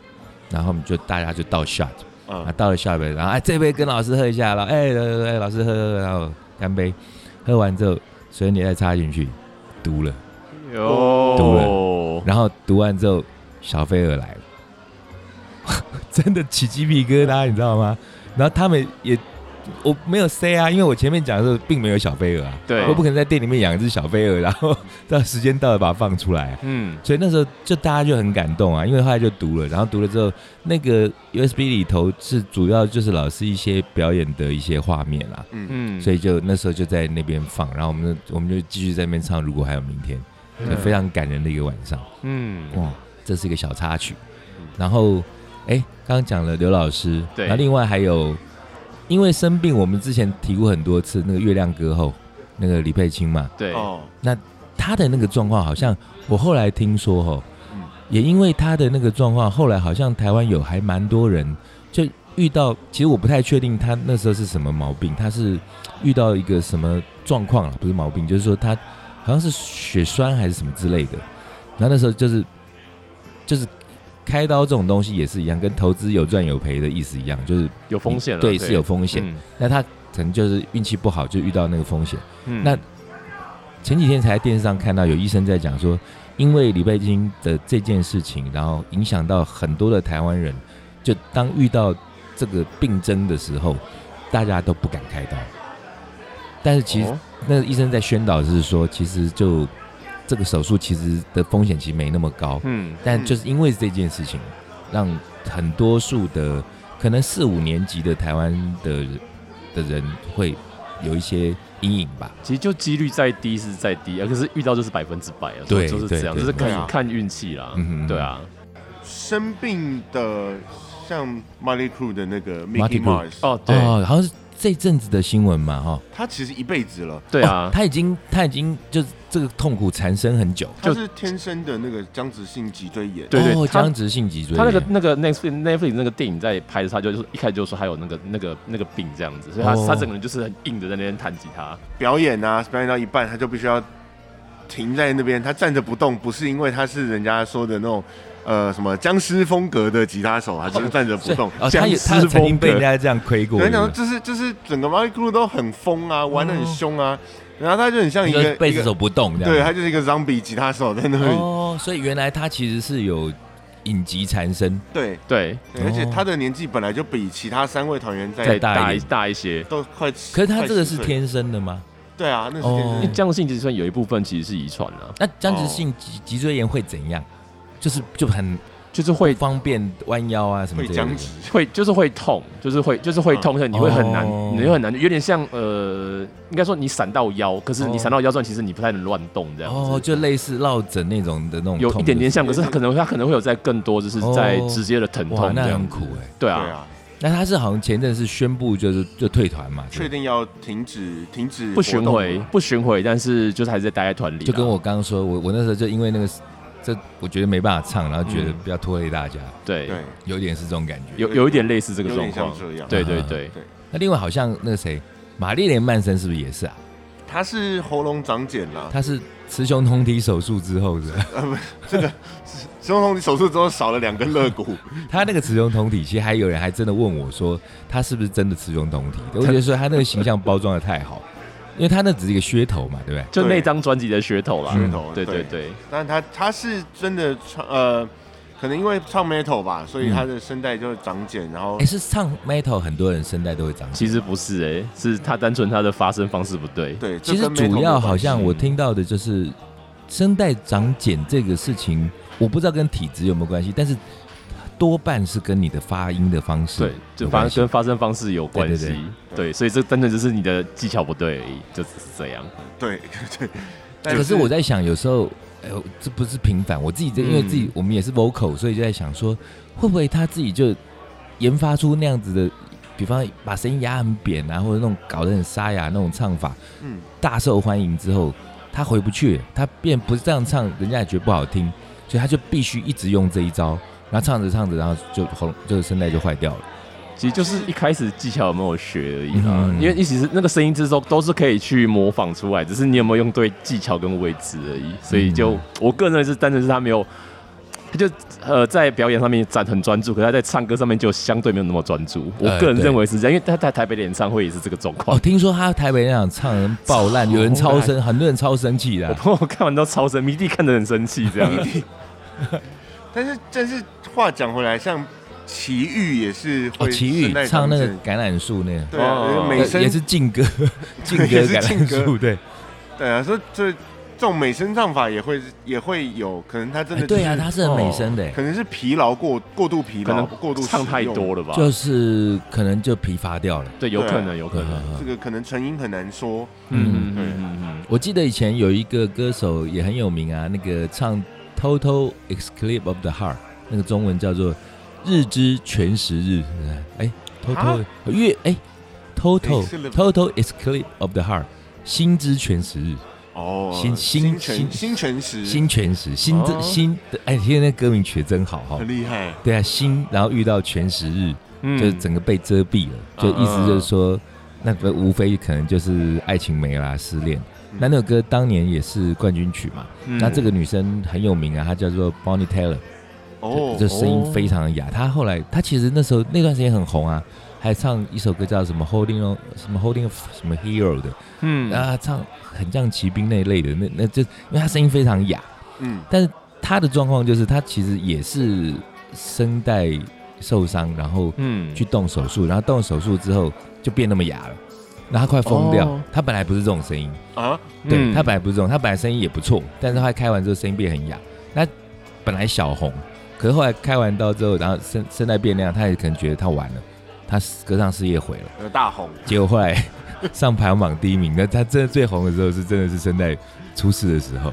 然后我们就大家就倒 shot，啊，嗯，倒了下一杯，然后哎，这杯跟老师喝一下，然后哎，哎哎老师喝喝，喝然后干杯，喝完之后，水你再插进去，毒了，对哟，然后毒完之后，小飞蛾来了， 真的起鸡皮疙瘩，你知道吗？然后他们也，我没有 say 啊，因为我前面讲的时候并没有小飞蛾啊，对我不可能在店里面养一只小飞蛾，然后到时间到了把它放出来啊、嗯，所以那时候就大家就很感动啊，因为后来就读了，然后读了之后，那个 USB 里头是主要就是老师一些表演的一些画面啦，嗯，嗯，所以就那时候就在那边放，然后我们就我们就继续在那边唱，如果还有明天，嗯就非常感人的一个晚上。嗯，哇，这是一个小插曲嗯。然后，哎，刚刚讲了刘老师，对然后另外还有，因为生病，我们之前提过很多次那个月亮歌后，那个李佩清嘛，对，哦，她的那个状况好像，我后来听说吼，嗯也因为她的那个状况，后来好像台湾有还蛮多人就遇到，其实我不太确定她那时候是什么毛病，她是遇到一个什么状况了，不是毛病，就是说她好像是血栓还是什么之类的，然后那时候就是就是开刀这种东西也是一样，跟投资有赚有赔的意思一样，就是有风险了，对是有风险，嗯那她可能就是运气不好就遇到那个风险。嗯那前几天才在电视上看到有医生在讲说，因为李贝金的这件事情，然后影响到很多的台湾人，就当遇到这个病症的时候，大家都不敢开刀。但是其实哦那个医生在宣导的是说，其实就这个手术其实的风险其实没那么高，嗯，但就是因为这件事情，让很多数的可能四五年级的台湾的的人会有一些阴影吧。其实就几率再低是再低，啊，可是遇到就是百分之百啊，对就是对这样，对就是对啊看看运气啦嗯哼，对啊，生病的像 Molly Crew 的那个 Motley Mickey Crue Mars，哦，对哦，好像是这阵子的新闻嘛，哈、哦。他其实一辈子了，对啊，他已经他已经就是这个痛苦缠身很久。他就是天生的那个僵直性脊椎炎，对对哦，他僵直性脊椎炎。他那个那个 Netflix Netflix 那个电影在拍的时候，他就是一开始就说他有那个那个那个病这样子，所以他、哦他整个人就是很硬的在那边弹吉他。表演啊，表演到一半他就必须要停在那边，他站着不动，不是因为他是人家说的那种呃什么僵尸风格的吉他手，他只是站着不是啊动，哦，他僵也他尸曾经风被人格。家这样亏过。有人讲说是这是这是整个 Molly Crew 都很疯啊，玩的很凶啊，然后他就很不像是一就个是贝一斯个手不动这对样。他就是一个 zombie 吉他手在那里，哦，所以原来他其实是有隐疾缠身。对，对，对而且他的年纪本来就比其他三位团员再在大一大一点大一些。都快，可是他这个是快10岁，天生的吗？对啊，那是天哦生因为这样性其实有一部分其实是遗传啊，那僵直性脊脊椎炎会怎样？就是就很就是会方便弯腰啊什么会之类的僵。直，会就是会痛，就是会就是会痛，而且你会很难，哦你会很难，有点像呃，应该说你闪到腰，可是哦你闪到腰之后，其实你不太能乱动这样子。哦，就类似落枕那种的那种痛，有一点点像，可就是是可能他可能会有在更多，就是在哦直接的疼哇，痛这那样很子苦哎。对对啊，啊，那他是好像前阵是宣布就是就退团嘛，对确定要停止停止不巡活动啊回吗，不巡回，但是就是还是在待在团里啦。啊就跟我刚刚说，我我那时候就因为那个这我觉得没办法唱，然后觉得嗯不要拖累大家，对对，有点是这种感觉。有有一点类似这个有状点像况，这嗯样。对对啊对，那另外好像那个谁，玛丽莲曼森是不是也是啊？他是喉咙长茧啦，她是雌雄同体手术之后是 吧孙红你手术之后少了两根肋骨，她那个雌雄同体，其实还有人还真的问我说，她是不是真的雌雄同体？我觉得说她那个形象包装的太好，因为她那只是一个噱头嘛， 对不对？就那张专辑的噱头啦。嗯噱头。对对，对，但他他是真的唱呃，可能因为唱 metal 吧，所以他的声带就长茧，然后嗯哎，是唱 metal 很多人声带都会长茧。其实不是哎，是他单纯他的发声方式不对。对，这其实跟 metal 主没要关好像系我听到的就是声带长茧这个事情，我不知道跟体质有没有关系，但是多半是跟你的发音的方式对，就有发关系跟发声方式有关对系对对。对对，所以这真的就是你的技巧不对而已，就只是这样。对 对，但可是我在想，有时候，哎、呦，这不是平凡，我自己这因为嗯自己、我们也是 vocal，所以就在想说，会不会他自己就研发出那样子的，比方把声音压很扁啊，或者那种搞得很沙哑那种唱法，嗯，大受欢迎之后，他回不去，他便不是这样唱，人家也觉得不好听，所以他就必须一直用这一招，然后唱着唱着，然后就喉咙就是声带就坏掉了。其实就是一开始技巧有没有学而已啦，嗯因为一其实那个声音之中都是可以去模仿出来，只是你有没有用对技巧跟位置而已。所以就、嗯我个人是单纯是他没有，他就呃在表演上面展很专注，可是他在唱歌上面就相对没有那么专注。我呃个人对认为是这样，因为他在台北的演唱会也是这个状况。哦，听说他台北那场唱得爆烂，有人超超生，很多人超生气的 我啊、朋友看完都超生，迷弟看得很生气，这样嗯 但是但是话讲回来，像奇遇也是哦，会奇遇声带唱长那个茧橄榄树那个。对啊，哦美声也是劲 歌，劲歌也是橄榄劲歌树，对，对啊，所以这这种美声唱法也会也会有可能，他真哎的对就啊，是它是很美声的，可能是疲劳过过度疲可劳，能过度唱太使用多了吧？就是可能就疲乏掉了。对，有可能，有可能。这哦个可能成因很难说。嗯嗯嗯嗯嗯嗯，我记得以前有一个歌手也很有名啊，那个唱《Total Eclipse of the Heart》，那个中文叫做《日之全食日》。哎，Total 月哎，Total 啊 Eclipse Total Eclipse of the Heart，星之全食日，哦，新新全新新全石，新全食，新哦之新的哎，现在那歌名取得真好哈很。厉害，对啊，新然后遇到全食日，嗯就是整个被遮蔽了，嗯就意思就是说，那个无非可能就是爱情没啦，失恋。嗯那那首歌当年也是冠军曲嘛，嗯那这个女生很有名啊，她叫做 Bonnie Taylor，哦，这声音非常的哑。她后来她其实那时候那段时间很红啊，还唱一首歌叫什么 Holding on 什么 Holding of- 什么 Hero 的，嗯然后她唱很像骑兵那一类的，那那就因为她声音非常哑，嗯，但是她的状况就是她其实也是声带受伤，然后嗯去动手术，然后动了手术之后就变那么哑了，然后他快疯掉。哦他本来不是这种声音，啊，对、嗯他本来不是这种，他本来声音也不错，但是他开完之后声音变很哑。那本来小红，可是后来开完刀之后，然后声声带变那样，他也可能觉得他完了，他歌唱事业毁了。呃大红，结果后来上排行榜第一名，那他真的最红的时候是真的是声带出事的 时候。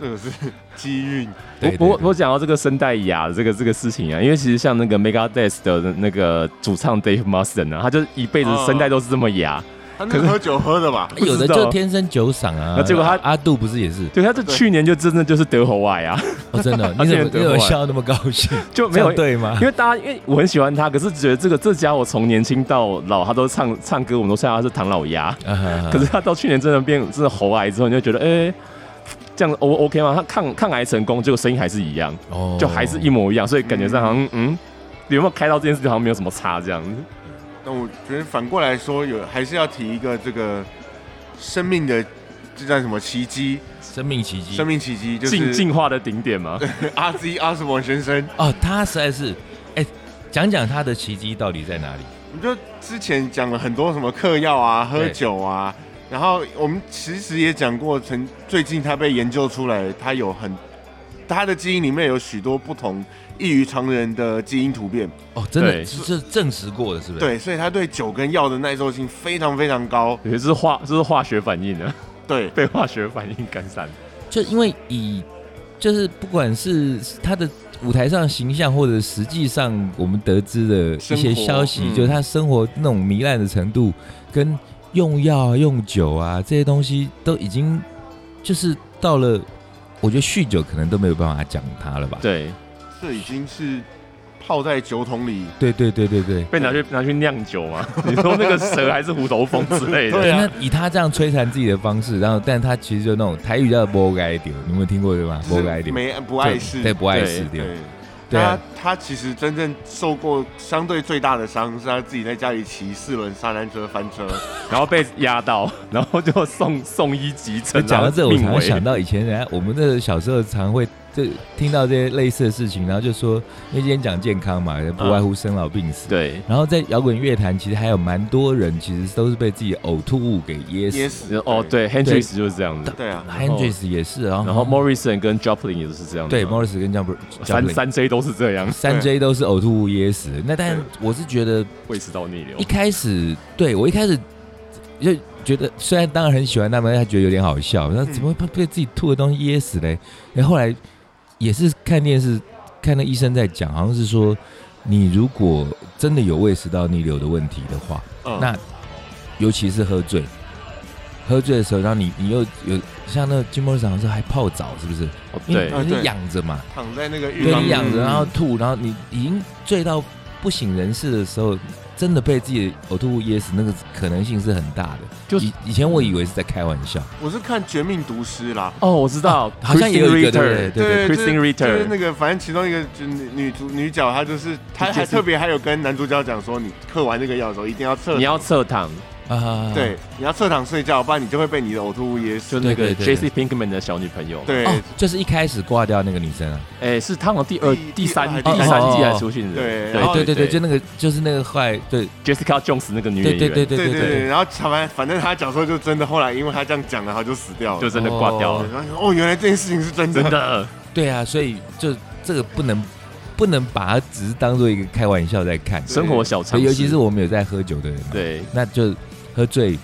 这个是 机运，对不对不对过我讲到这个声带哑的这个这个事情啊，因为其实像那个 Megadeth 的那个主唱 Dave Mustaine 啊，他就一辈子声带都是这么哑，他那个喝酒喝的吧？不知哎有的道就天生酒嗓啊，那结果他阿杜不是也是对，他这对去年就真的就是得喉癌啊，哦，真的，他你怎竟然么你得怎么过来笑那么高兴？就没 这有样。对吗 因？为大家，因为我很喜欢他，可是觉得这个这家伙从年轻到老，他都唱唱歌，我们都笑他是唐老鸭。啊哈哈可是他到去年真的变真的喉癌之后，你就觉得，哎、这样 O OK 吗？他抗抗癌成功，结果声音还是一样，哦就还是一模一样，所以感觉上好像嗯有没有开到这件事情好像没有什么差这样子。但我觉得反过来说，有还是要提一个这个生命的。这叫什么奇迹？哦生命奇迹生命奇迹就进是进化的顶点嘛。阿 Z 阿斯伯先生。哦，他实在是，哎，讲讲他的奇迹到底在哪里？我们就之前讲了很多什么嗑药啊、喝对酒啊，然后我们其实也讲过，曾最近他被研究出来，他有很他的基因里面有许多不同异于常人的基因突变，哦，真的对是是证实过的，是不是？，对，所以他对酒跟药的耐受性非常非常高，有些是化，这是化学反应啊 的，对，被化学反应感染。就因为以就是不管是他的舞台上形象，或者实际上我们得知的一些消息，生活嗯就是他生活那种糜烂的程度，跟用药啊、用酒啊这些东西，都已经就是到了，我觉得酗酒可能都没有办法讲他了吧？对，这已经是泡在酒桶里，对对对对对。被拿去拿去酿酒嘛？ 你说那个蛇还是虎头蜂之类的？对啊那以他这样摧残自己的方式，然后，但他其实就那种台语叫“不该丢”，你有没有听过对吧？是不该丢，没不碍事，对，不爱事丢，对。对啊那他其实真正受过相对最大的伤，是他自己在家里骑四轮三轮车翻车。然后被压到，然后就送送医急我诊，哎讲到这，我然常后常病危想到以前人哎家我们那个小时候常会这听到这些类似的事情，然后就说，因为今天讲健康嘛，不外嗯乎生老病死。对，然后在摇滚乐坛，其实还有蛮多人其实都是被自己的呕吐物给噎噎死。死然后哦，，对，Hendrix 就是这样子，对啊，后 Hendrix 也是，然后然后 Morrison 跟 Joplin 也是这样子，对 Morris 跟 John 三 Joplin 三 J 都是这样，三 J 都是呕吐物噎死的。那但对我是觉得胃食道逆流一，开始对我一开始就觉得，虽然当然很喜欢他们，还觉得有点好笑，嗯那怎么会被自己吐的东西噎死嘞？哎然后后来也是看电视，看那医生在讲，好像是说，你如果真的有胃食道逆流的问题的话，嗯那尤其是喝醉，喝醉的时候，然后你你又有像那个金波长是还泡澡，是不是？哦因为对啊你是对仰着嘛，躺在那个浴对缸你里，仰着，嗯然后吐，然后你已经醉到不省人事的时候，真的被自己的呕吐物噎死，那个可能性是很大的。就以以前我以为是在开玩笑，我是看《绝命毒师》啦，哦，我知道，好像也有一个 Christine 对 Ritter 对啊对对就是 Christine Ritter 就是那个，反正其中一个就女女主女角，她就是她就还是特别还有跟男主角讲说，你嗑完那个药的时候一定要侧你要侧躺，啊，对，你要侧躺睡觉，不然你就会被你的呕吐物噎死就。那个对对 J.C. Pinkman 的小女朋友，对哦，就是一开始挂掉那个女生啊，哎，是他好像第二第、第三、第第二三哦哦季才哦出现的，对然后对对对对，就那个就是那个坏，对 Jessica Jones 那个女对演对对对员，对对对，对，然后反反正他角色就真的后来，因为他这样讲了，他就死掉了。就真的挂掉了，然后哦，原来这件事情是真的真。的，对啊，所以就这个不能不能把它只是当做一个开玩笑在看，生活小常识，尤其是我们有在喝酒的人，，对那就喝醉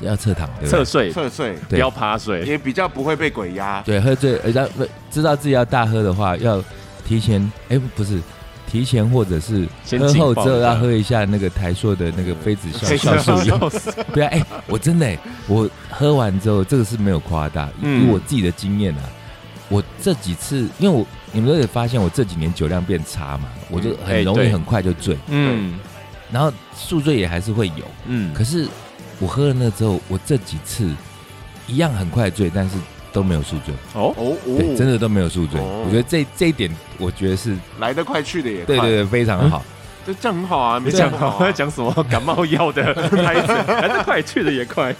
要侧躺，对不对侧睡，侧睡对不要趴睡，也比较不会被鬼压。对，喝醉，呃，要不知道自己要大喝的话，要提前，哎、不不是，提前或者是先喝警后之报后一要下喝一下那个台硕的那个妃子非酵常酵素药。死，对啊，哎、我真的、哎，我喝完之后，这个是没有夸大，以嗯我自己的经验啊，我这几次，因为我你们都有发现，我这几年酒量变差嘛，我就嗯很哎容易对很快就醉，嗯然后宿醉也还是会有，嗯，可是我喝了那之后，我这几次一样很快醉，但是都没有宿醉。哦，哦对，哦，真的都没有宿醉。哦我觉得这这一点，我觉得是来得快去的也快。对对对非常好。就这样很好啊，没你讲 不好好啊在。讲什么感冒药的 牌子，还是快去的也快，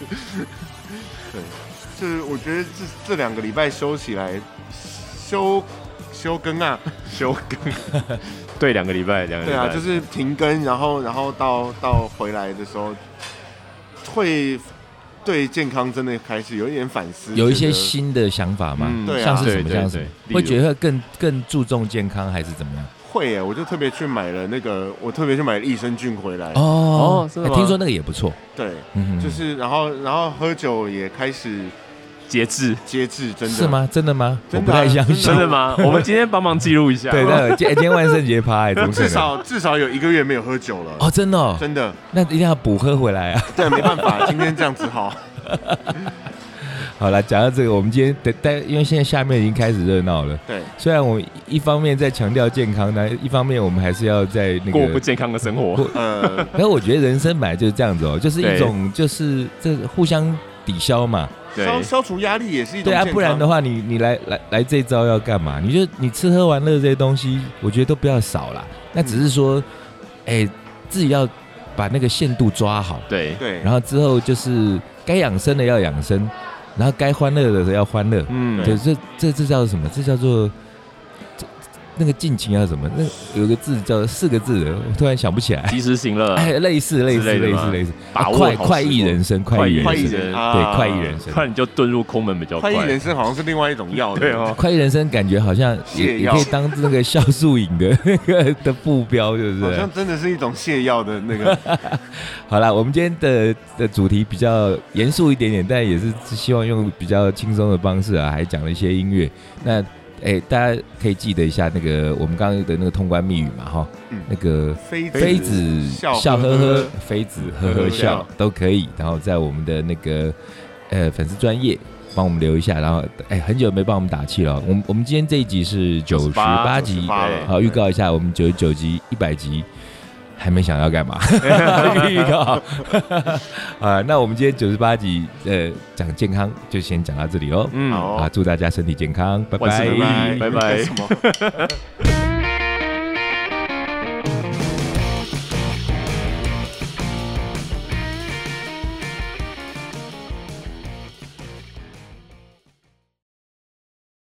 就是我觉得这这两个礼拜休起来，休休更啊，休 更，对，两个礼拜，两个礼对拜，啊，就是停更，然后然后到到回来的时候，会对健康真的开始有一点反思，有一觉些得新的想法嘛，嗯对啊像是对什么对像是什么对，例如会觉得更更注重健康还是怎么样？会耶，我就特别去买了那个，我特别去买了益生菌回来，哦哦真的吗哎听说那个也不错。对，嗯，就是然后然后喝酒也开始节制，节制，真的啊是？吗？真的吗？我真不的啊太相信真。的吗？我们今天帮忙记录一下，对，那今今天万圣节趴， 哎怎么可至能？少至少有一个月没有喝酒了，哦，真的哦，真的，那一定要补喝回来啊！ 对，没办法，今天这样子好，好了，讲到这个，我们今天等但因为现在下面已经开始热闹了。对，虽然我们一方面在强调健康，但一方面我们还是要在那个过不健康的生活， 呃，然后我觉得人生本来就是这样子哦，就是一对种就是这互相抵消嘛。对消消除压力也是一种对啊，健康不然的话你你来来来这招要干嘛？你就你吃喝玩乐这些东西，我觉得都不要少啦。那只是说，哎、自己要把那个限度抓好，对，对，然后之后就是该养生的要养生，然后该欢乐的要欢乐。嗯对，这这这叫什么？这叫做这那个尽情要什么？那有个字叫四个字的，我突然想不起来。及时行 乐，哎，类似类似呃之类的类似吗类似，把啊握快好快时意光人生，快快意意快人意生，人对啊，对，快意人生不，然你就遁入空门比较快快意。人生好像是另外一种药，对哦，快意人生感觉好像泻也也药可以当那个酵素饮的那个的副标，对不好对像？真的是一种泻药的那 个，好啦，我们今天的的主题比较严肃一点点，但也是希望用比较轻松的方式啊，还讲了一些音乐。那哎、大家可以记得一下那个我们刚刚的那个通关密语嘛，哈，嗯那个妃子妃子笑笑呵呵呵呵，妃子呵呵呵呵笑笑都可以。然后在我们的那个呃粉丝专业帮我们留一下。然后哎，很久没帮我们打气了。哦我们我们今天这一集是九十八集， 98了好预告一下，我们九十九集、一百集。还没想要干 嘛？预告啊！那我们今天九十八集，呃，讲健康就先讲到这里喽。哦嗯，好啊，祝大家身体健康，拜万 事拜如意拜拜拜。什么？